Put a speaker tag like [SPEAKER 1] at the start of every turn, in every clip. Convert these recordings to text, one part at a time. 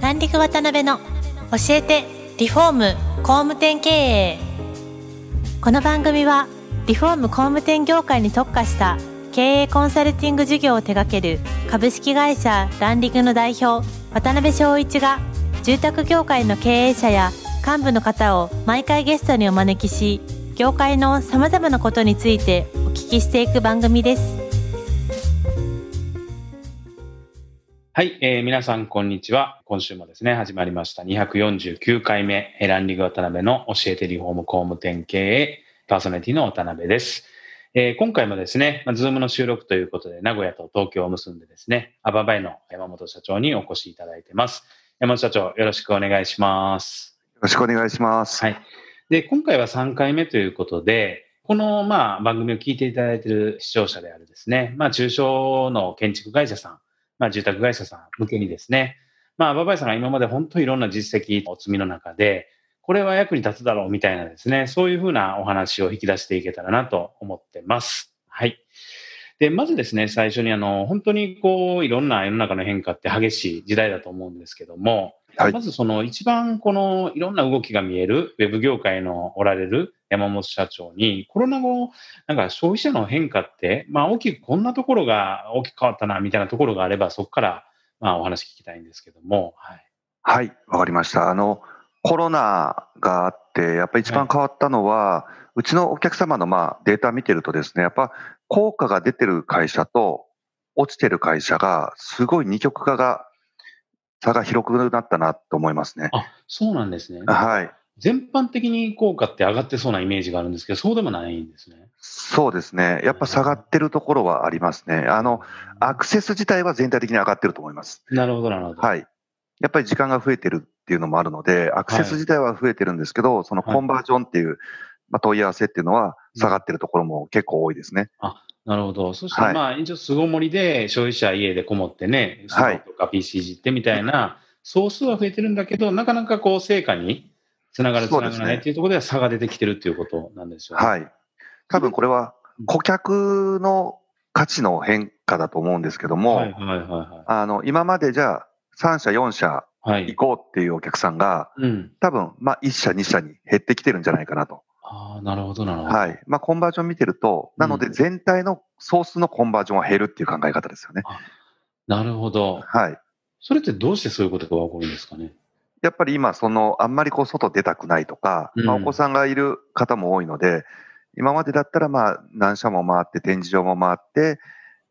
[SPEAKER 1] 三陸渡辺の教えてリフォーム工務店経営この番組はリフォーム工務店業界に特化した経営コンサルティング事業を手掛ける株式会社ランリグの代表渡辺翔一が住宅業界の経営者や幹部の方を毎回ゲストにお招きし業界のさまざまなことについてお聞きしていく番組です。
[SPEAKER 2] はい、えー皆さん、こんにちは。今週もですね、始まりました。249回目、えーランディング渡辺の教えてリフォーム工務店経営、パーソナリティの渡辺です。えー今回もですね、まあ、ズームの収録ということで、名古屋と東京を結んでですね、アババイの山本社長にお越しいただいてます。山本社長、よろしくお願いします。
[SPEAKER 3] よろしくお願いします。
[SPEAKER 2] はいで、今回は3回目ということで、この、まあ、番組を聞いていただいている視聴者であるですね、まあ、中小の建築会社さん、まあ、住宅会社さん向けにですね、まあ、馬場さんが今まで本当にいろんな実績をお積みの中で、これは役に立つだろうみたいなですね、そういうふうなお話を引き出していけたらなと思ってます。はい。で、まずですね、最初にあの、本当にこう、いろんな世の中の変化って激しい時代だと思うんですけども、
[SPEAKER 3] はい
[SPEAKER 2] まずその一番このいろんな動きが見えるウェブ業界のおられる山本社長にコロナ後なんか消費者の変化って、まあ、大きくこんなところが大きく変わったなみたいなところがあればそこからまあお話聞きたいんですけども、はい
[SPEAKER 3] はい、わかりました。あの、コロナがあって、やっぱり一番変わったのは、うちのお客様のまあデータ見てるとですね、やっぱ効果が出てる会社と落ちてる会社が、すごい二極化が、差が広くなったなと思いますね。
[SPEAKER 2] あそうなんですね
[SPEAKER 3] はい。
[SPEAKER 2] 全般的に効果って上がってそうなイメージがあるんですけどそうでもないんですね。
[SPEAKER 3] そうですね。やっぱ下がってるところはありますね。あの、アクセス自体は全体的に上がってると思います。
[SPEAKER 2] なるほどなるほど。
[SPEAKER 3] はい。やっぱり時間が増えてるっていうのもあるので、アクセス自体は増えてるんですけど、そのコンバージョンっていう、まあ、問い合わせっていうのは下がってるところも結構多いですね。
[SPEAKER 2] なるほど。そして、
[SPEAKER 3] はい
[SPEAKER 2] まあ、一応、巣ごもりで消費者家でこもってね、スマ
[SPEAKER 3] はい
[SPEAKER 2] ホとか PC じってみたいな、総数は増えてるんだけど、なかなかこう、成果につながる、つ
[SPEAKER 3] そう
[SPEAKER 2] な
[SPEAKER 3] ですね
[SPEAKER 2] がらないっていうところでは差が出てきてるっていうことなんでしょうね。
[SPEAKER 3] はい。多分これは顧客の価値の変化だと思うんですけども、
[SPEAKER 2] はい、はい、は
[SPEAKER 3] あの、今までじゃあ3社4社
[SPEAKER 2] い。はい。は
[SPEAKER 3] 行
[SPEAKER 2] い、
[SPEAKER 3] こうっていうお客さんが、
[SPEAKER 2] うん。
[SPEAKER 3] 多分まあ1社2社に減ってきてるんじゃないかなと。
[SPEAKER 2] ああ、なるほど、なるほど。
[SPEAKER 3] はい。まあコンバージョン見てると、なので全体のソースのコンバージョンは減るっていう考え方ですよね。
[SPEAKER 2] なるほど。
[SPEAKER 3] はい。
[SPEAKER 2] それってどうしてそういうことが起こるんですかね。
[SPEAKER 3] やっぱり今、その、あんまりこう、外出たくないとか、
[SPEAKER 2] うん
[SPEAKER 3] まあ、お子さんがいる方も多いので、今までだったら、まあ、何社も回って、展示場も回って、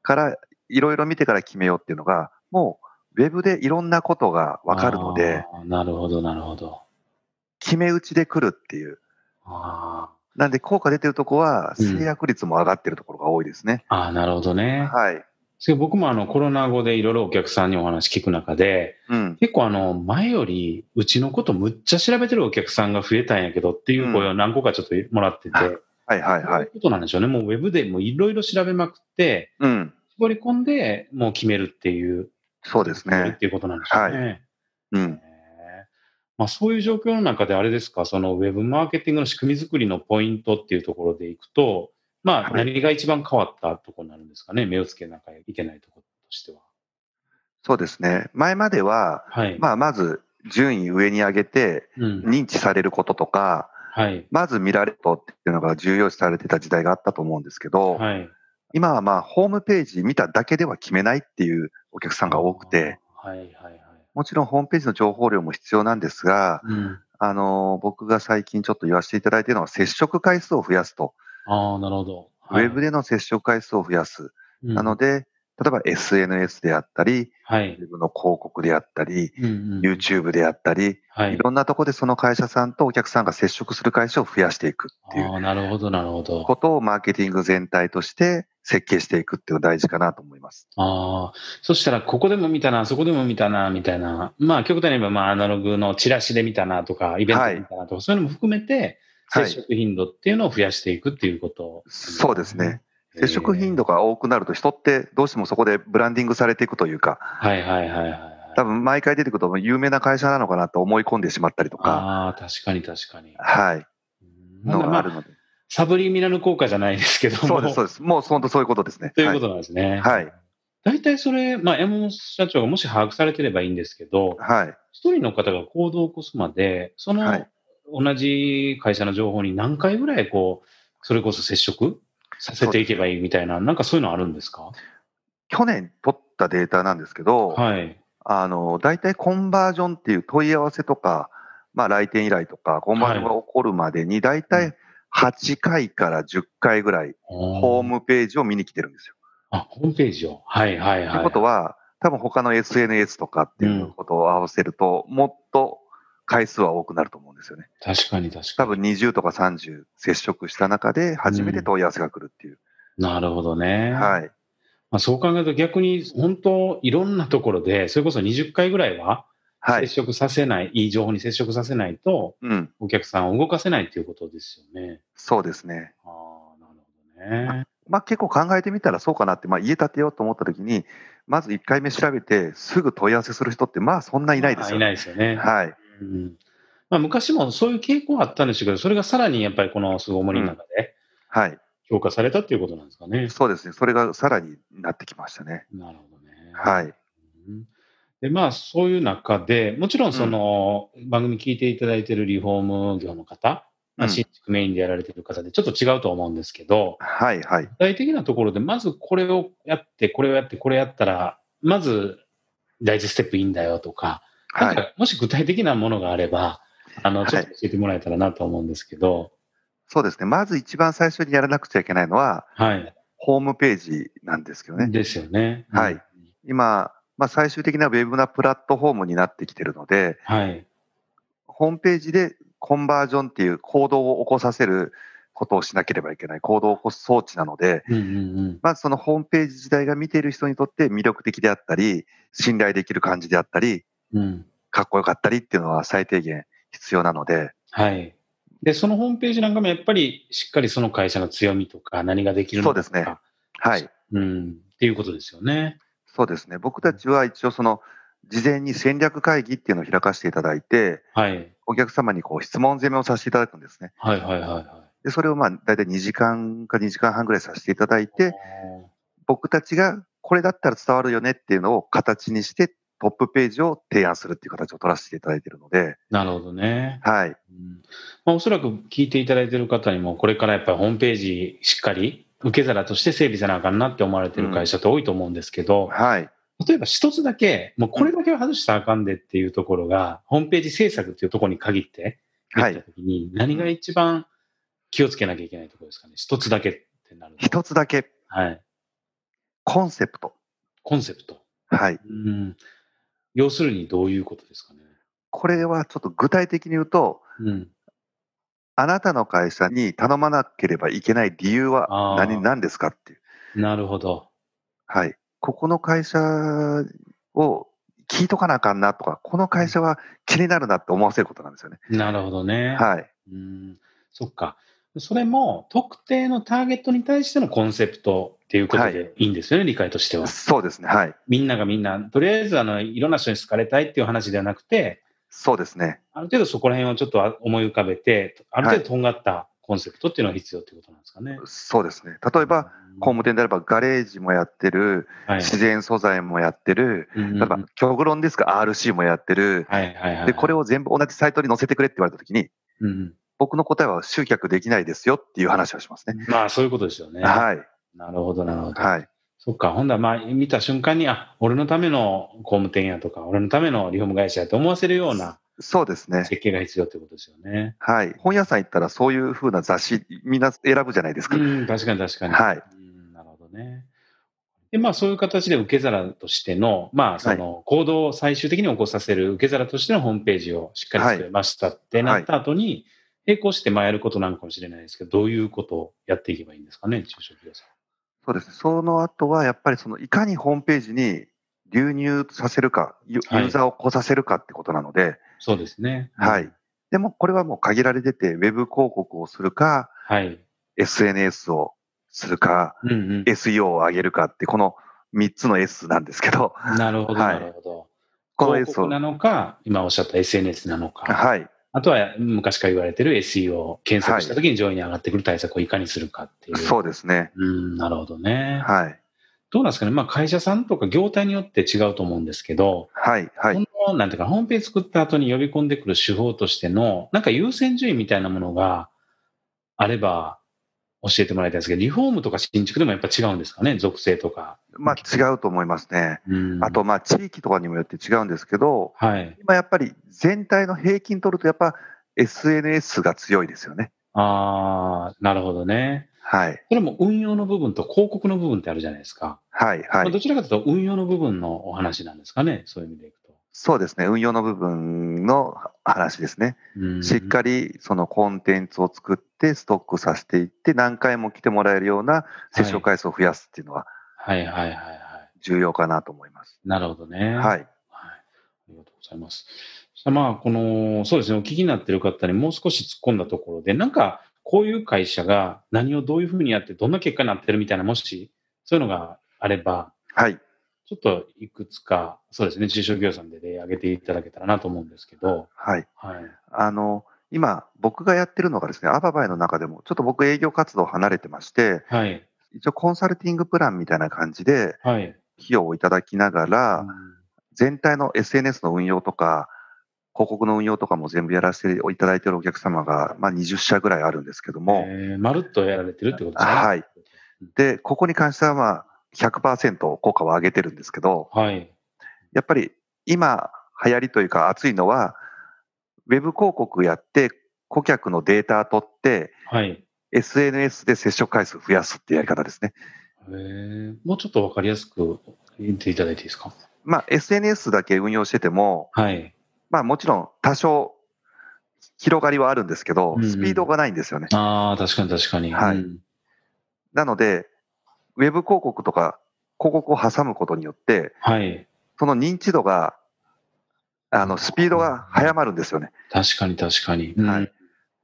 [SPEAKER 3] から、いろいろ見てから決めようっていうのが、もう、ウェブでいろんなことがわかるので、
[SPEAKER 2] あー。なるほど、なるほど。
[SPEAKER 3] 決め打ちで来るっていう。
[SPEAKER 2] あー
[SPEAKER 3] なんで、効果出てるとこは、
[SPEAKER 2] うん
[SPEAKER 3] 制約率も上がってるところが多いですね。
[SPEAKER 2] あー、なるほどね。
[SPEAKER 3] はい。
[SPEAKER 2] それ僕もあの、コロナ後でいろいろお客さんにお話聞く中で、
[SPEAKER 3] うん。
[SPEAKER 2] 結構あの、前より、うちのことむっちゃ調べてるお客さんが増えたんやけどっていう声を何個かちょっともらってて、
[SPEAKER 3] うんはいはい
[SPEAKER 2] そう。
[SPEAKER 3] はいいう
[SPEAKER 2] ことなんでしょうね。もうウェブでもいろいろ調べまくって、
[SPEAKER 3] うん。
[SPEAKER 2] 絞り込んで、もう決めるっていう、
[SPEAKER 3] そうです
[SPEAKER 2] 決める
[SPEAKER 3] ね
[SPEAKER 2] っ。ていうことなんでしょうね。
[SPEAKER 3] うん。
[SPEAKER 2] へえまあ、そういう状況の中であれですか、そのウェブマーケティングの仕組み作りのポイントっていうところでいくと、まあ、
[SPEAKER 3] はい
[SPEAKER 2] 何が一番変わったところになるんですかね、目をつけなきゃいけないところとしては。
[SPEAKER 3] そうですね。前までは、
[SPEAKER 2] はい。
[SPEAKER 3] まあ、まず、順位上に上げて、
[SPEAKER 2] うん。
[SPEAKER 3] 認知されることとか、
[SPEAKER 2] はい。
[SPEAKER 3] まず見られることっていうのが重要視されてた時代があったと思うんですけど、
[SPEAKER 2] はい。
[SPEAKER 3] 今はまあホームページ見ただけでは決めないっていうお客さんが多くて、
[SPEAKER 2] あー。はいはいはい。
[SPEAKER 3] もちろんホームページの情報量も必要なんですが、
[SPEAKER 2] うん、
[SPEAKER 3] あのー僕が最近ちょっと言わせていただいているのは接触回数を増やすと、
[SPEAKER 2] ああ、なるほど。
[SPEAKER 3] ウェブ
[SPEAKER 2] で、
[SPEAKER 3] での接触回数を増やす。
[SPEAKER 2] うん
[SPEAKER 3] なので、例えば SNS であったり、
[SPEAKER 2] はい
[SPEAKER 3] ウ。ェブの広告であったり、
[SPEAKER 2] うんうん
[SPEAKER 3] YouTube であったり、
[SPEAKER 2] はい
[SPEAKER 3] い。ろんなとこでその会社さんとお客さんが接触する会社を増やしていくっていう
[SPEAKER 2] ああ、なるほど、なるほど。
[SPEAKER 3] ことをマーケティング全体として設計していくっていうのが大事かなと思います。
[SPEAKER 2] ああ、そしたら、ここでも見たな、そこでも見たな、みたいな。まあ、極端に言えば、まあ、アナログのチラシで見たなとか、イベントで見たなとか、そういうのも含めて、
[SPEAKER 3] は
[SPEAKER 2] 接
[SPEAKER 3] い
[SPEAKER 2] 触頻度っていうのを増やしていくっていうこと、
[SPEAKER 3] そうですね。
[SPEAKER 2] へー。
[SPEAKER 3] 接触頻度が多くなると人ってどうしてもそこでブランディングされていくというか、
[SPEAKER 2] はいはいはいはい。
[SPEAKER 3] 多分毎回出てくると有名な会社なのかなと思い込んでしまったりとか、
[SPEAKER 2] ああ、確かに確かに。
[SPEAKER 3] はい、
[SPEAKER 2] うんなん
[SPEAKER 3] の
[SPEAKER 2] か
[SPEAKER 3] が
[SPEAKER 2] ま
[SPEAKER 3] ある
[SPEAKER 2] あ、
[SPEAKER 3] ので。
[SPEAKER 2] サブリミナル効果じゃないですけども、
[SPEAKER 3] そうです、そうです。もう本当そういうことですね。
[SPEAKER 2] というこ
[SPEAKER 3] はい
[SPEAKER 2] となんですね。
[SPEAKER 3] はい
[SPEAKER 2] 大体それ、まあ、山本社長がもし把握されてればいいんですけど、
[SPEAKER 3] はい。
[SPEAKER 2] 一人の方が行動を起こすまで、そ
[SPEAKER 3] は
[SPEAKER 2] の
[SPEAKER 3] い
[SPEAKER 2] 同じ会社の情報に何回ぐらいこう、それこそ接触させていけばいいみたいな、なんかそういうのあるんですか
[SPEAKER 3] 去年取ったデータなんですけど、
[SPEAKER 2] はい。
[SPEAKER 3] あの、大体コンバージョンっていう問い合わせとか、まあ来店依頼とか、コンバージョンが起こるまでに、大体8回から10回ぐらい、ホ
[SPEAKER 2] ホ
[SPEAKER 3] ームページを見に来てるんですよ。
[SPEAKER 2] あ、ホームページを。はいはい
[SPEAKER 3] って
[SPEAKER 2] はい。
[SPEAKER 3] こと
[SPEAKER 2] は、
[SPEAKER 3] は、多分他の SNS とかっていうことを合わせると、もっと回数は多くなると思うんですよね。
[SPEAKER 2] 確かに確か
[SPEAKER 3] 多
[SPEAKER 2] に。
[SPEAKER 3] 分20とか30接触した中で、初めて問い合わせが来るっていう。
[SPEAKER 2] なるほどね。。
[SPEAKER 3] はいい。
[SPEAKER 2] まあ、そう考えると逆に、本当いろんなところで、それこそ20回ぐらいは、
[SPEAKER 3] は
[SPEAKER 2] 接
[SPEAKER 3] い。
[SPEAKER 2] 触させない、いい情報に接触させないと、
[SPEAKER 3] うん。
[SPEAKER 2] お客さんを動かせないということですよね。
[SPEAKER 3] そうですね。
[SPEAKER 2] ああ、なるほどね。
[SPEAKER 3] まあ、結構考えてみたらそうかなって、まあ、家建てようと思った時に、まず1回目調べて、すぐ問い合わせする人って、まあそんないないです
[SPEAKER 2] あ
[SPEAKER 3] よ
[SPEAKER 2] い
[SPEAKER 3] ね。
[SPEAKER 2] ないですよね。
[SPEAKER 3] はい。
[SPEAKER 2] うんまあ、昔もそういう傾向はあったんでしょうけど、それがさらにやっぱりこの凄盛りの中で
[SPEAKER 3] はい。
[SPEAKER 2] 評価されたっていうことなんですかね。
[SPEAKER 3] そうですね。それがさらになってきましたね。
[SPEAKER 2] なるほどね。
[SPEAKER 3] はい。
[SPEAKER 2] うんでまあ、そういう中で、もちろんその、番組聞いていただいているリフォーム業の方、まあ、
[SPEAKER 3] うん
[SPEAKER 2] 新築メインでやられている方でちょっと違うと思うんですけど、
[SPEAKER 3] はい、はい。
[SPEAKER 2] 具体的なところで、まずこれをやって、これをやって、これやったら、まず第一ステップいいんだよとか、な
[SPEAKER 3] は
[SPEAKER 2] ん
[SPEAKER 3] い。
[SPEAKER 2] かもし具体的なものがあれば、あの、
[SPEAKER 3] はい
[SPEAKER 2] ちょっと教えてもらえたらなと思うんですけど、
[SPEAKER 3] そうですね。まず一番最初にやらなくちゃいけないのは、
[SPEAKER 2] はい。
[SPEAKER 3] ホームページなんですけどね。
[SPEAKER 2] ですよね。
[SPEAKER 3] はい今、まあ、最終的なウェブなプラットフォームになってきてるので、
[SPEAKER 2] はい。
[SPEAKER 3] ホームページでコンバージョンっていう行動を起こさせることをしなければいけない、行動を起こす装置なので、
[SPEAKER 2] うんうんうん。
[SPEAKER 3] まずそのホームページ自体が見ている人にとって魅力的であったり、信頼できる感じであったり、
[SPEAKER 2] うん。
[SPEAKER 3] かっこよかったりっていうのは最低限必要なので、
[SPEAKER 2] はい。で、そのホームページなんかもやっぱりしっかりその会社の強みとか何ができるのかとか。
[SPEAKER 3] そうですねはい。
[SPEAKER 2] うん。っていうことですよね。
[SPEAKER 3] そうですね。僕たちは一応その、事前に戦略会議っていうのを開かせていただいて、
[SPEAKER 2] はい。
[SPEAKER 3] お客様にこう質問攻めをさせていただくんですね。
[SPEAKER 2] はいはいはいは
[SPEAKER 3] で、それをまあ、だいたい2時間か2時間半ぐらいさせていただい
[SPEAKER 2] い。
[SPEAKER 3] て、僕たちがこれだったら伝わるよねっていうのを形にして、トップページを提案するっていう形を取らせていただいているので、
[SPEAKER 2] なるほどね。
[SPEAKER 3] はい。
[SPEAKER 2] うんまあ、おそらく聞いていただいている方にも、これからやっぱりホームページしっかり受け皿として整備せなあかんなって思われている会社って多いと思うんですけど、
[SPEAKER 3] はい。
[SPEAKER 2] 例えば一つだけ、もうこれだけは外したらあかんでっていうところが、ホームページ制作っていうところに限って、
[SPEAKER 3] は
[SPEAKER 2] 入
[SPEAKER 3] い
[SPEAKER 2] っ。た時に何が一番気をつけなきゃいけないところですかね。一つだけってなると。
[SPEAKER 3] 一つだけ、
[SPEAKER 2] はい。
[SPEAKER 3] コンセプト。
[SPEAKER 2] コンセプト。
[SPEAKER 3] はい。
[SPEAKER 2] うん。要するにどういうことですかね。
[SPEAKER 3] これはちょっと具体的に言うと、
[SPEAKER 2] うん。
[SPEAKER 3] あなたの会社に頼まなければいけない理由は
[SPEAKER 2] あー
[SPEAKER 3] 何何ですかっていう。
[SPEAKER 2] なるほど。
[SPEAKER 3] はい。ここの会社を聞いとかなあかんなとか、この会社は気になるなって思わせることなんですよね。
[SPEAKER 2] なるほどね。
[SPEAKER 3] はい。
[SPEAKER 2] うん、そっか。それも特定のターゲットに対してのコンセプトっていうこと
[SPEAKER 3] は
[SPEAKER 2] でいいんですよね、理解としては。
[SPEAKER 3] そうですね。はい。
[SPEAKER 2] みんながみんな、とりあえずあのいろんな人に好かれたいっていう話ではなくて、
[SPEAKER 3] そうですね。
[SPEAKER 2] ある程度そこら辺をちょっと思い浮かべて、ある程度とんがったコンセプトっていうのが必要ってことなんですかね。
[SPEAKER 3] そうですね。例えば、
[SPEAKER 2] うん、
[SPEAKER 3] 工務店であればガレージもやってる、
[SPEAKER 2] はい、
[SPEAKER 3] 自然素材もやってる、
[SPEAKER 2] うん
[SPEAKER 3] 例えば
[SPEAKER 2] うん
[SPEAKER 3] 極論ですか RC もやってる。
[SPEAKER 2] はいはいはい。
[SPEAKER 3] で、これ
[SPEAKER 2] を、
[SPEAKER 3] を全部同じサイトに載せてくれって言われたときに、
[SPEAKER 2] うん
[SPEAKER 3] 僕の答えは集客できないですよっていう話をしますね。
[SPEAKER 2] まあそういうことですよね。
[SPEAKER 3] はい。
[SPEAKER 2] なるほどなるほど。
[SPEAKER 3] はい。
[SPEAKER 2] そっか、ほんだらまあ見た瞬間に、あ、俺のための工務店やとか、俺のためのリフォーム会社やと思わせるような
[SPEAKER 3] そうですね。
[SPEAKER 2] 設計が必要ってことですよね。
[SPEAKER 3] はい。本屋さん行ったらそういう風な雑誌、みんな選ぶじゃないですか。
[SPEAKER 2] うん、確かに確かに。
[SPEAKER 3] はい
[SPEAKER 2] うんなるほどね。で、まあそういう形で受け皿としての、まあその行動を最終的に起こさせる受け皿としてのホームページをしっかり作りましたってなった後に、並行してまあやることなんかもしれないですけど、どういうことをやっていけばいいんですかね、中小企業さん。
[SPEAKER 3] そうですね。その後は、やっぱりその、いかにホームページに流入させるか、ユユ
[SPEAKER 2] はい
[SPEAKER 3] ーザーを来させるかってことなので、
[SPEAKER 2] そうですね。
[SPEAKER 3] はい。でも、これはもう限られてて、ウェブ広告をするか、
[SPEAKER 2] はい。
[SPEAKER 3] SNS をするか、
[SPEAKER 2] うんうん。
[SPEAKER 3] SEO を上げるかって、この3つの S なんですけど、
[SPEAKER 2] なるほど、
[SPEAKER 3] はい
[SPEAKER 2] なるほど。
[SPEAKER 3] この
[SPEAKER 2] 広
[SPEAKER 3] S
[SPEAKER 2] 告
[SPEAKER 3] を、
[SPEAKER 2] なのか、今おっしゃった SNS なのか、
[SPEAKER 3] はい。
[SPEAKER 2] あとは昔から言われてる SEO、検索した時に上位に上がってくる対策をいかにするかっていう。
[SPEAKER 3] そうですね。
[SPEAKER 2] うん、なるほどね。
[SPEAKER 3] はい。
[SPEAKER 2] どうなんですかね、まあ、会社さんとか業態によって違うと思うんですけど、
[SPEAKER 3] はい、はい。
[SPEAKER 2] この、なんていうか、ホームページ作った後に呼び込んでくる手法としての、なんか優先順位みたいなものがあれば、教えてもらいたいですけど、リフォームとか新築でもやっぱ違うんですかね、属性とか。
[SPEAKER 3] まあ違うと思いますね。
[SPEAKER 2] うん
[SPEAKER 3] あと、、まあ地域とかにもよって違うんですけど、
[SPEAKER 2] はい。
[SPEAKER 3] 今やっぱり全体の平均取ると、やっぱ SNS が強いですよね。
[SPEAKER 2] ああ、なるほどね。
[SPEAKER 3] はい、
[SPEAKER 2] それも運用の部分と広告の部分ってあるじゃないですか。
[SPEAKER 3] はい、は
[SPEAKER 2] まあど
[SPEAKER 3] い。
[SPEAKER 2] ちらかというと運用の部分のお話なんですかね、そういう意味でいくと。
[SPEAKER 3] そうですね。運用の部分の話ですね。
[SPEAKER 2] うん
[SPEAKER 3] しっかりそのコンテンツを作ってストックさせていって何回も来てもらえるような接触回数を増やすっていうのは
[SPEAKER 2] はいはいはいはい。
[SPEAKER 3] 重要かなと思います。
[SPEAKER 2] なるほどね。。
[SPEAKER 3] はいい。
[SPEAKER 2] ありがとうございます。そしたらまあ、この、そうですね、お聞きになっている方にもう少し突っ込んだところで、なんか、こういう会社が何をどういうふうにやって、どんな結果になってるみたいな、もし、そういうのがあれば、
[SPEAKER 3] はい。
[SPEAKER 2] ちょっといくつか、そうですね、中小企業さんで例挙げていただけたらなと思うんですけど、
[SPEAKER 3] はい。
[SPEAKER 2] はい。
[SPEAKER 3] あの、今僕がやってるのがですね、アババイの中でもちょっと僕営業活動を離れてまして、
[SPEAKER 2] はい。
[SPEAKER 3] 一応コンサルティングプランみたいな感じで
[SPEAKER 2] はい。
[SPEAKER 3] 費用をいただきながら
[SPEAKER 2] うん、
[SPEAKER 3] 全体の SNS の運用とか、広告の運用とかも全部やらせていただいてるお客様が、まあ、20社ぐらいあるんですけども、
[SPEAKER 2] えーまるっとやられてるってことですね。
[SPEAKER 3] はい。で、ここに関しては、まあ、100%効果を上げてるんですけど、
[SPEAKER 2] はい。
[SPEAKER 3] やっぱり今流行りというか熱いのは、ウェブ広告やって、顧客のデータ取って、
[SPEAKER 2] はい。
[SPEAKER 3] SNS で接触回数増やすっていうやり方ですね。
[SPEAKER 2] えーもうちょっとわかりやすく言っていただいていいですか。
[SPEAKER 3] まあ、SNS だけ運用してても、
[SPEAKER 2] はい。
[SPEAKER 3] まあ、もちろん多少広がりはあるんですけど
[SPEAKER 2] う、んうん
[SPEAKER 3] スピードがないんですよね。
[SPEAKER 2] ああ、確かに確かに。
[SPEAKER 3] はい
[SPEAKER 2] うん
[SPEAKER 3] なので、ウェブ広告とか広告を挟むことによって、
[SPEAKER 2] はい。
[SPEAKER 3] その認知度が、あの、スピードが早まるんですよね。
[SPEAKER 2] 確かに確かに。
[SPEAKER 3] はい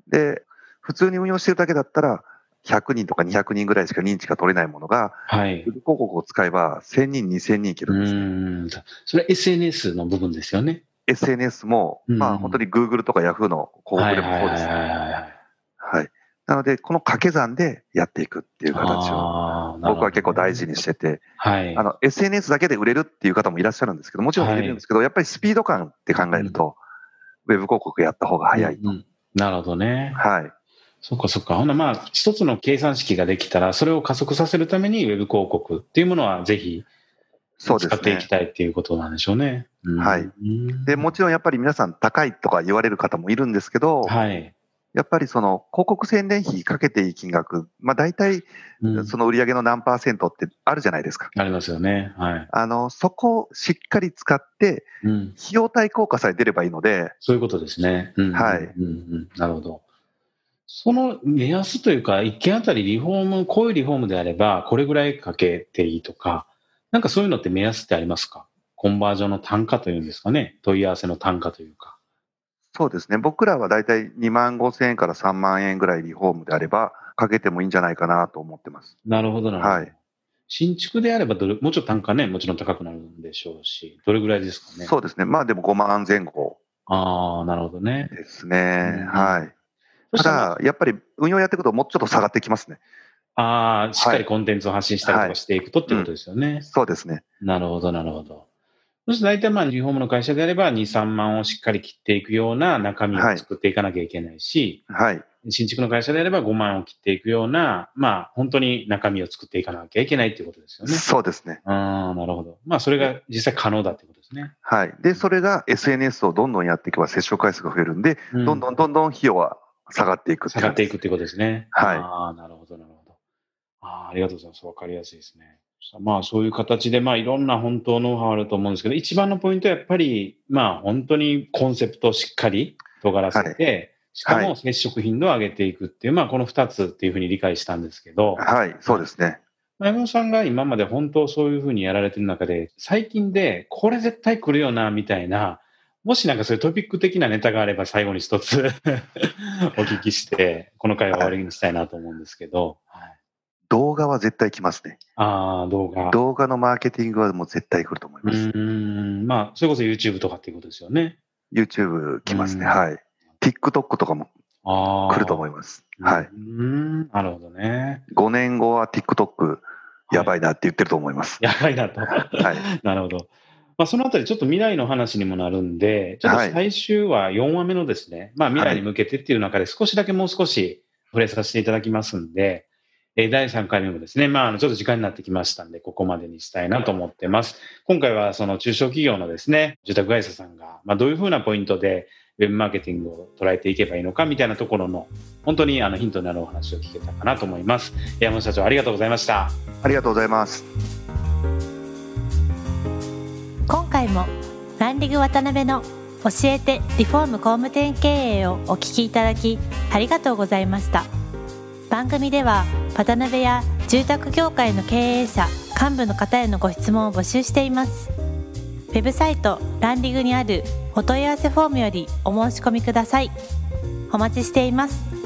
[SPEAKER 3] で、普通に運用してるだけだったら、100人とか200人ぐらいしか認知が取れないものが、
[SPEAKER 2] はい
[SPEAKER 3] ウェブ広告を使えば1000人、2000人いけ
[SPEAKER 2] う
[SPEAKER 3] るんですね。
[SPEAKER 2] ん。それは SNS の部分ですよね。
[SPEAKER 3] SNS も、
[SPEAKER 2] うん
[SPEAKER 3] まあ本当に Google とか Yahoo の広告でもそうです
[SPEAKER 2] はいはいはいは
[SPEAKER 3] ね。
[SPEAKER 2] いはい。
[SPEAKER 3] はい。なので、この掛け算でやっていくっていう形を、
[SPEAKER 2] あーなるほ
[SPEAKER 3] 僕
[SPEAKER 2] ど
[SPEAKER 3] は結構大事にしてて、
[SPEAKER 2] はい。
[SPEAKER 3] あの、SNS だけで売れるっていう方もいらっしゃるんですけど、もちろん売れるんですけど、やっぱりスピード感って考えると、ウェブ広告やった方が早いと。
[SPEAKER 2] うんなるほどね。
[SPEAKER 3] はい。
[SPEAKER 2] そっかそっか。ほんなまあ、一つの計算式ができたら、それを加速させるためにウェブ広告っていうものはぜひ
[SPEAKER 3] そうで
[SPEAKER 2] 使っ
[SPEAKER 3] す
[SPEAKER 2] てい
[SPEAKER 3] ね
[SPEAKER 2] き。たいっていうことなんでしょうね。うん
[SPEAKER 3] はい。
[SPEAKER 2] うん
[SPEAKER 3] で、もちろんやっぱり皆さん高いとか言われる方もいるんですけど、
[SPEAKER 2] はい。
[SPEAKER 3] やっぱりその広告宣伝費かけていい金額、まあ大体
[SPEAKER 2] うん
[SPEAKER 3] その売り上げの何パーセントってあるじゃないですか。
[SPEAKER 2] ありますよね。はい。
[SPEAKER 3] あの、そこをしっかり使って、
[SPEAKER 2] うん。
[SPEAKER 3] 費用対効果さえ出ればいいので、
[SPEAKER 2] そういうことですね。うん、
[SPEAKER 3] はい
[SPEAKER 2] うんうん、なるほど。その目安というか、一件あたりリフォーム、こういうリフォームであれば、これぐらいかけていいとか、なんかそういうのって目安ってありますかコンバージョンの単価というんですかね。問い合わせの単価というか。
[SPEAKER 3] そうですね。僕らは大体2万5千円から3万円ぐらいリフォームであれば、かけてもいいんじゃないかなと思ってます。
[SPEAKER 2] なるほど、なるほど。
[SPEAKER 3] はい
[SPEAKER 2] 新築であればどれ、もうちょっと単価ね、もちろん高くなるんでしょうし、どれぐらいですかね。
[SPEAKER 3] そうですね。まあでも5万前後
[SPEAKER 2] ああ、なるほどね。
[SPEAKER 3] ですね
[SPEAKER 2] うん。
[SPEAKER 3] はい。
[SPEAKER 2] そしたら
[SPEAKER 3] ただ、やっぱり運用やっていくともうちょっと下がってきますね。
[SPEAKER 2] ああ、しっかりコンテンツを発信したりとかしていくとっていうことですよね。
[SPEAKER 3] そうですね。
[SPEAKER 2] なるほど、なるほど。そして大体まあ、リフォームの会社であれば、2、3万をしっかり切っていくような中身を
[SPEAKER 3] はい
[SPEAKER 2] 作っていかなきゃいけないし、
[SPEAKER 3] はい。
[SPEAKER 2] 新築の会社であれば5万を切っていくような、まあ、本当に中身を作っていかなきゃいけないっていうことですよね。
[SPEAKER 3] そうですね。
[SPEAKER 2] ああ、なるほど。まあ、それが実際可能だってことですね。
[SPEAKER 3] はい。で、それが SNS をどんどんやっていけば接触回数が増えるんで、
[SPEAKER 2] う
[SPEAKER 3] どんどんどんどん費用は下がっていく
[SPEAKER 2] 下がっていくっ
[SPEAKER 3] 感
[SPEAKER 2] ていうことですね。
[SPEAKER 3] はい
[SPEAKER 2] ああ、なるほど、なるほど。ああ、ありがとうございます。わかりやすいですね。さあまあ、そういう形で、まあ、いろんな本当ノウハウあると思うんですけど、一番のポイントはやっぱり、まあ、本当にコンセプトをしっかり尖らせて、しか
[SPEAKER 3] は
[SPEAKER 2] も接触頻度を上げていくっていう、まあ、この2つっていうふうに理解したんですけど
[SPEAKER 3] じで、す。はい。そうですね。
[SPEAKER 2] まあ山本さんが今まで本当そういうふうにやられてる中で、最近で、これ絶対来るよな、みたいな、もしなんかそういうトピック的なネタがあれば最後に一つ お聞きして、この回は終わりにしたいなと思うんですけど、はい、
[SPEAKER 3] 動画は絶対来ますね。
[SPEAKER 2] ああ、動画。
[SPEAKER 3] 動画のマーケティングはもう絶対来ると思いうます。
[SPEAKER 2] ーん、まあ、それこそ YouTube とかっていうことですよね。
[SPEAKER 3] YouTube 来ます
[SPEAKER 2] う
[SPEAKER 3] ね。
[SPEAKER 2] ん
[SPEAKER 3] はい。TikTok とかも
[SPEAKER 2] ああ。
[SPEAKER 3] 来ると思
[SPEAKER 2] い
[SPEAKER 3] います。はい。
[SPEAKER 2] うーん、なるほどね。
[SPEAKER 3] 5年後は TikTok やばいなって言ってると思います。
[SPEAKER 2] やばいなと。
[SPEAKER 3] はい。
[SPEAKER 2] なるほど。まあ、そのあたり、ちょっと未来の話にもなるんで、ちょっと
[SPEAKER 3] はい
[SPEAKER 2] 最終は4話目のですね、まあ、未来に向けてっていう中で、少しだけもう少し触れさせていただきますんで、えー第3回目もですね、まあ、あのちょっと時間になってきましたんで、ここまでにしたいなと思ってます。今回はその中小企業のですね、住宅会社さんが、まあ、どういうふうなポイントで、ウェブマーケティングを捉えていけばいいのかみたいなところの、本当にあのヒントになるお話を聞けたかなと思います。山本社長、ありがとうございました。
[SPEAKER 3] ありがとうございます。
[SPEAKER 1] 今回もランディング渡辺の教えてリフォーム工務店経営をお聞きいただきありがとうございました番組では渡辺や住宅業界の経営者幹部の方へのご質問を募集していますウェブサイトランディングにあるお問い合わせフォームよりお申し込みくださいお待ちしています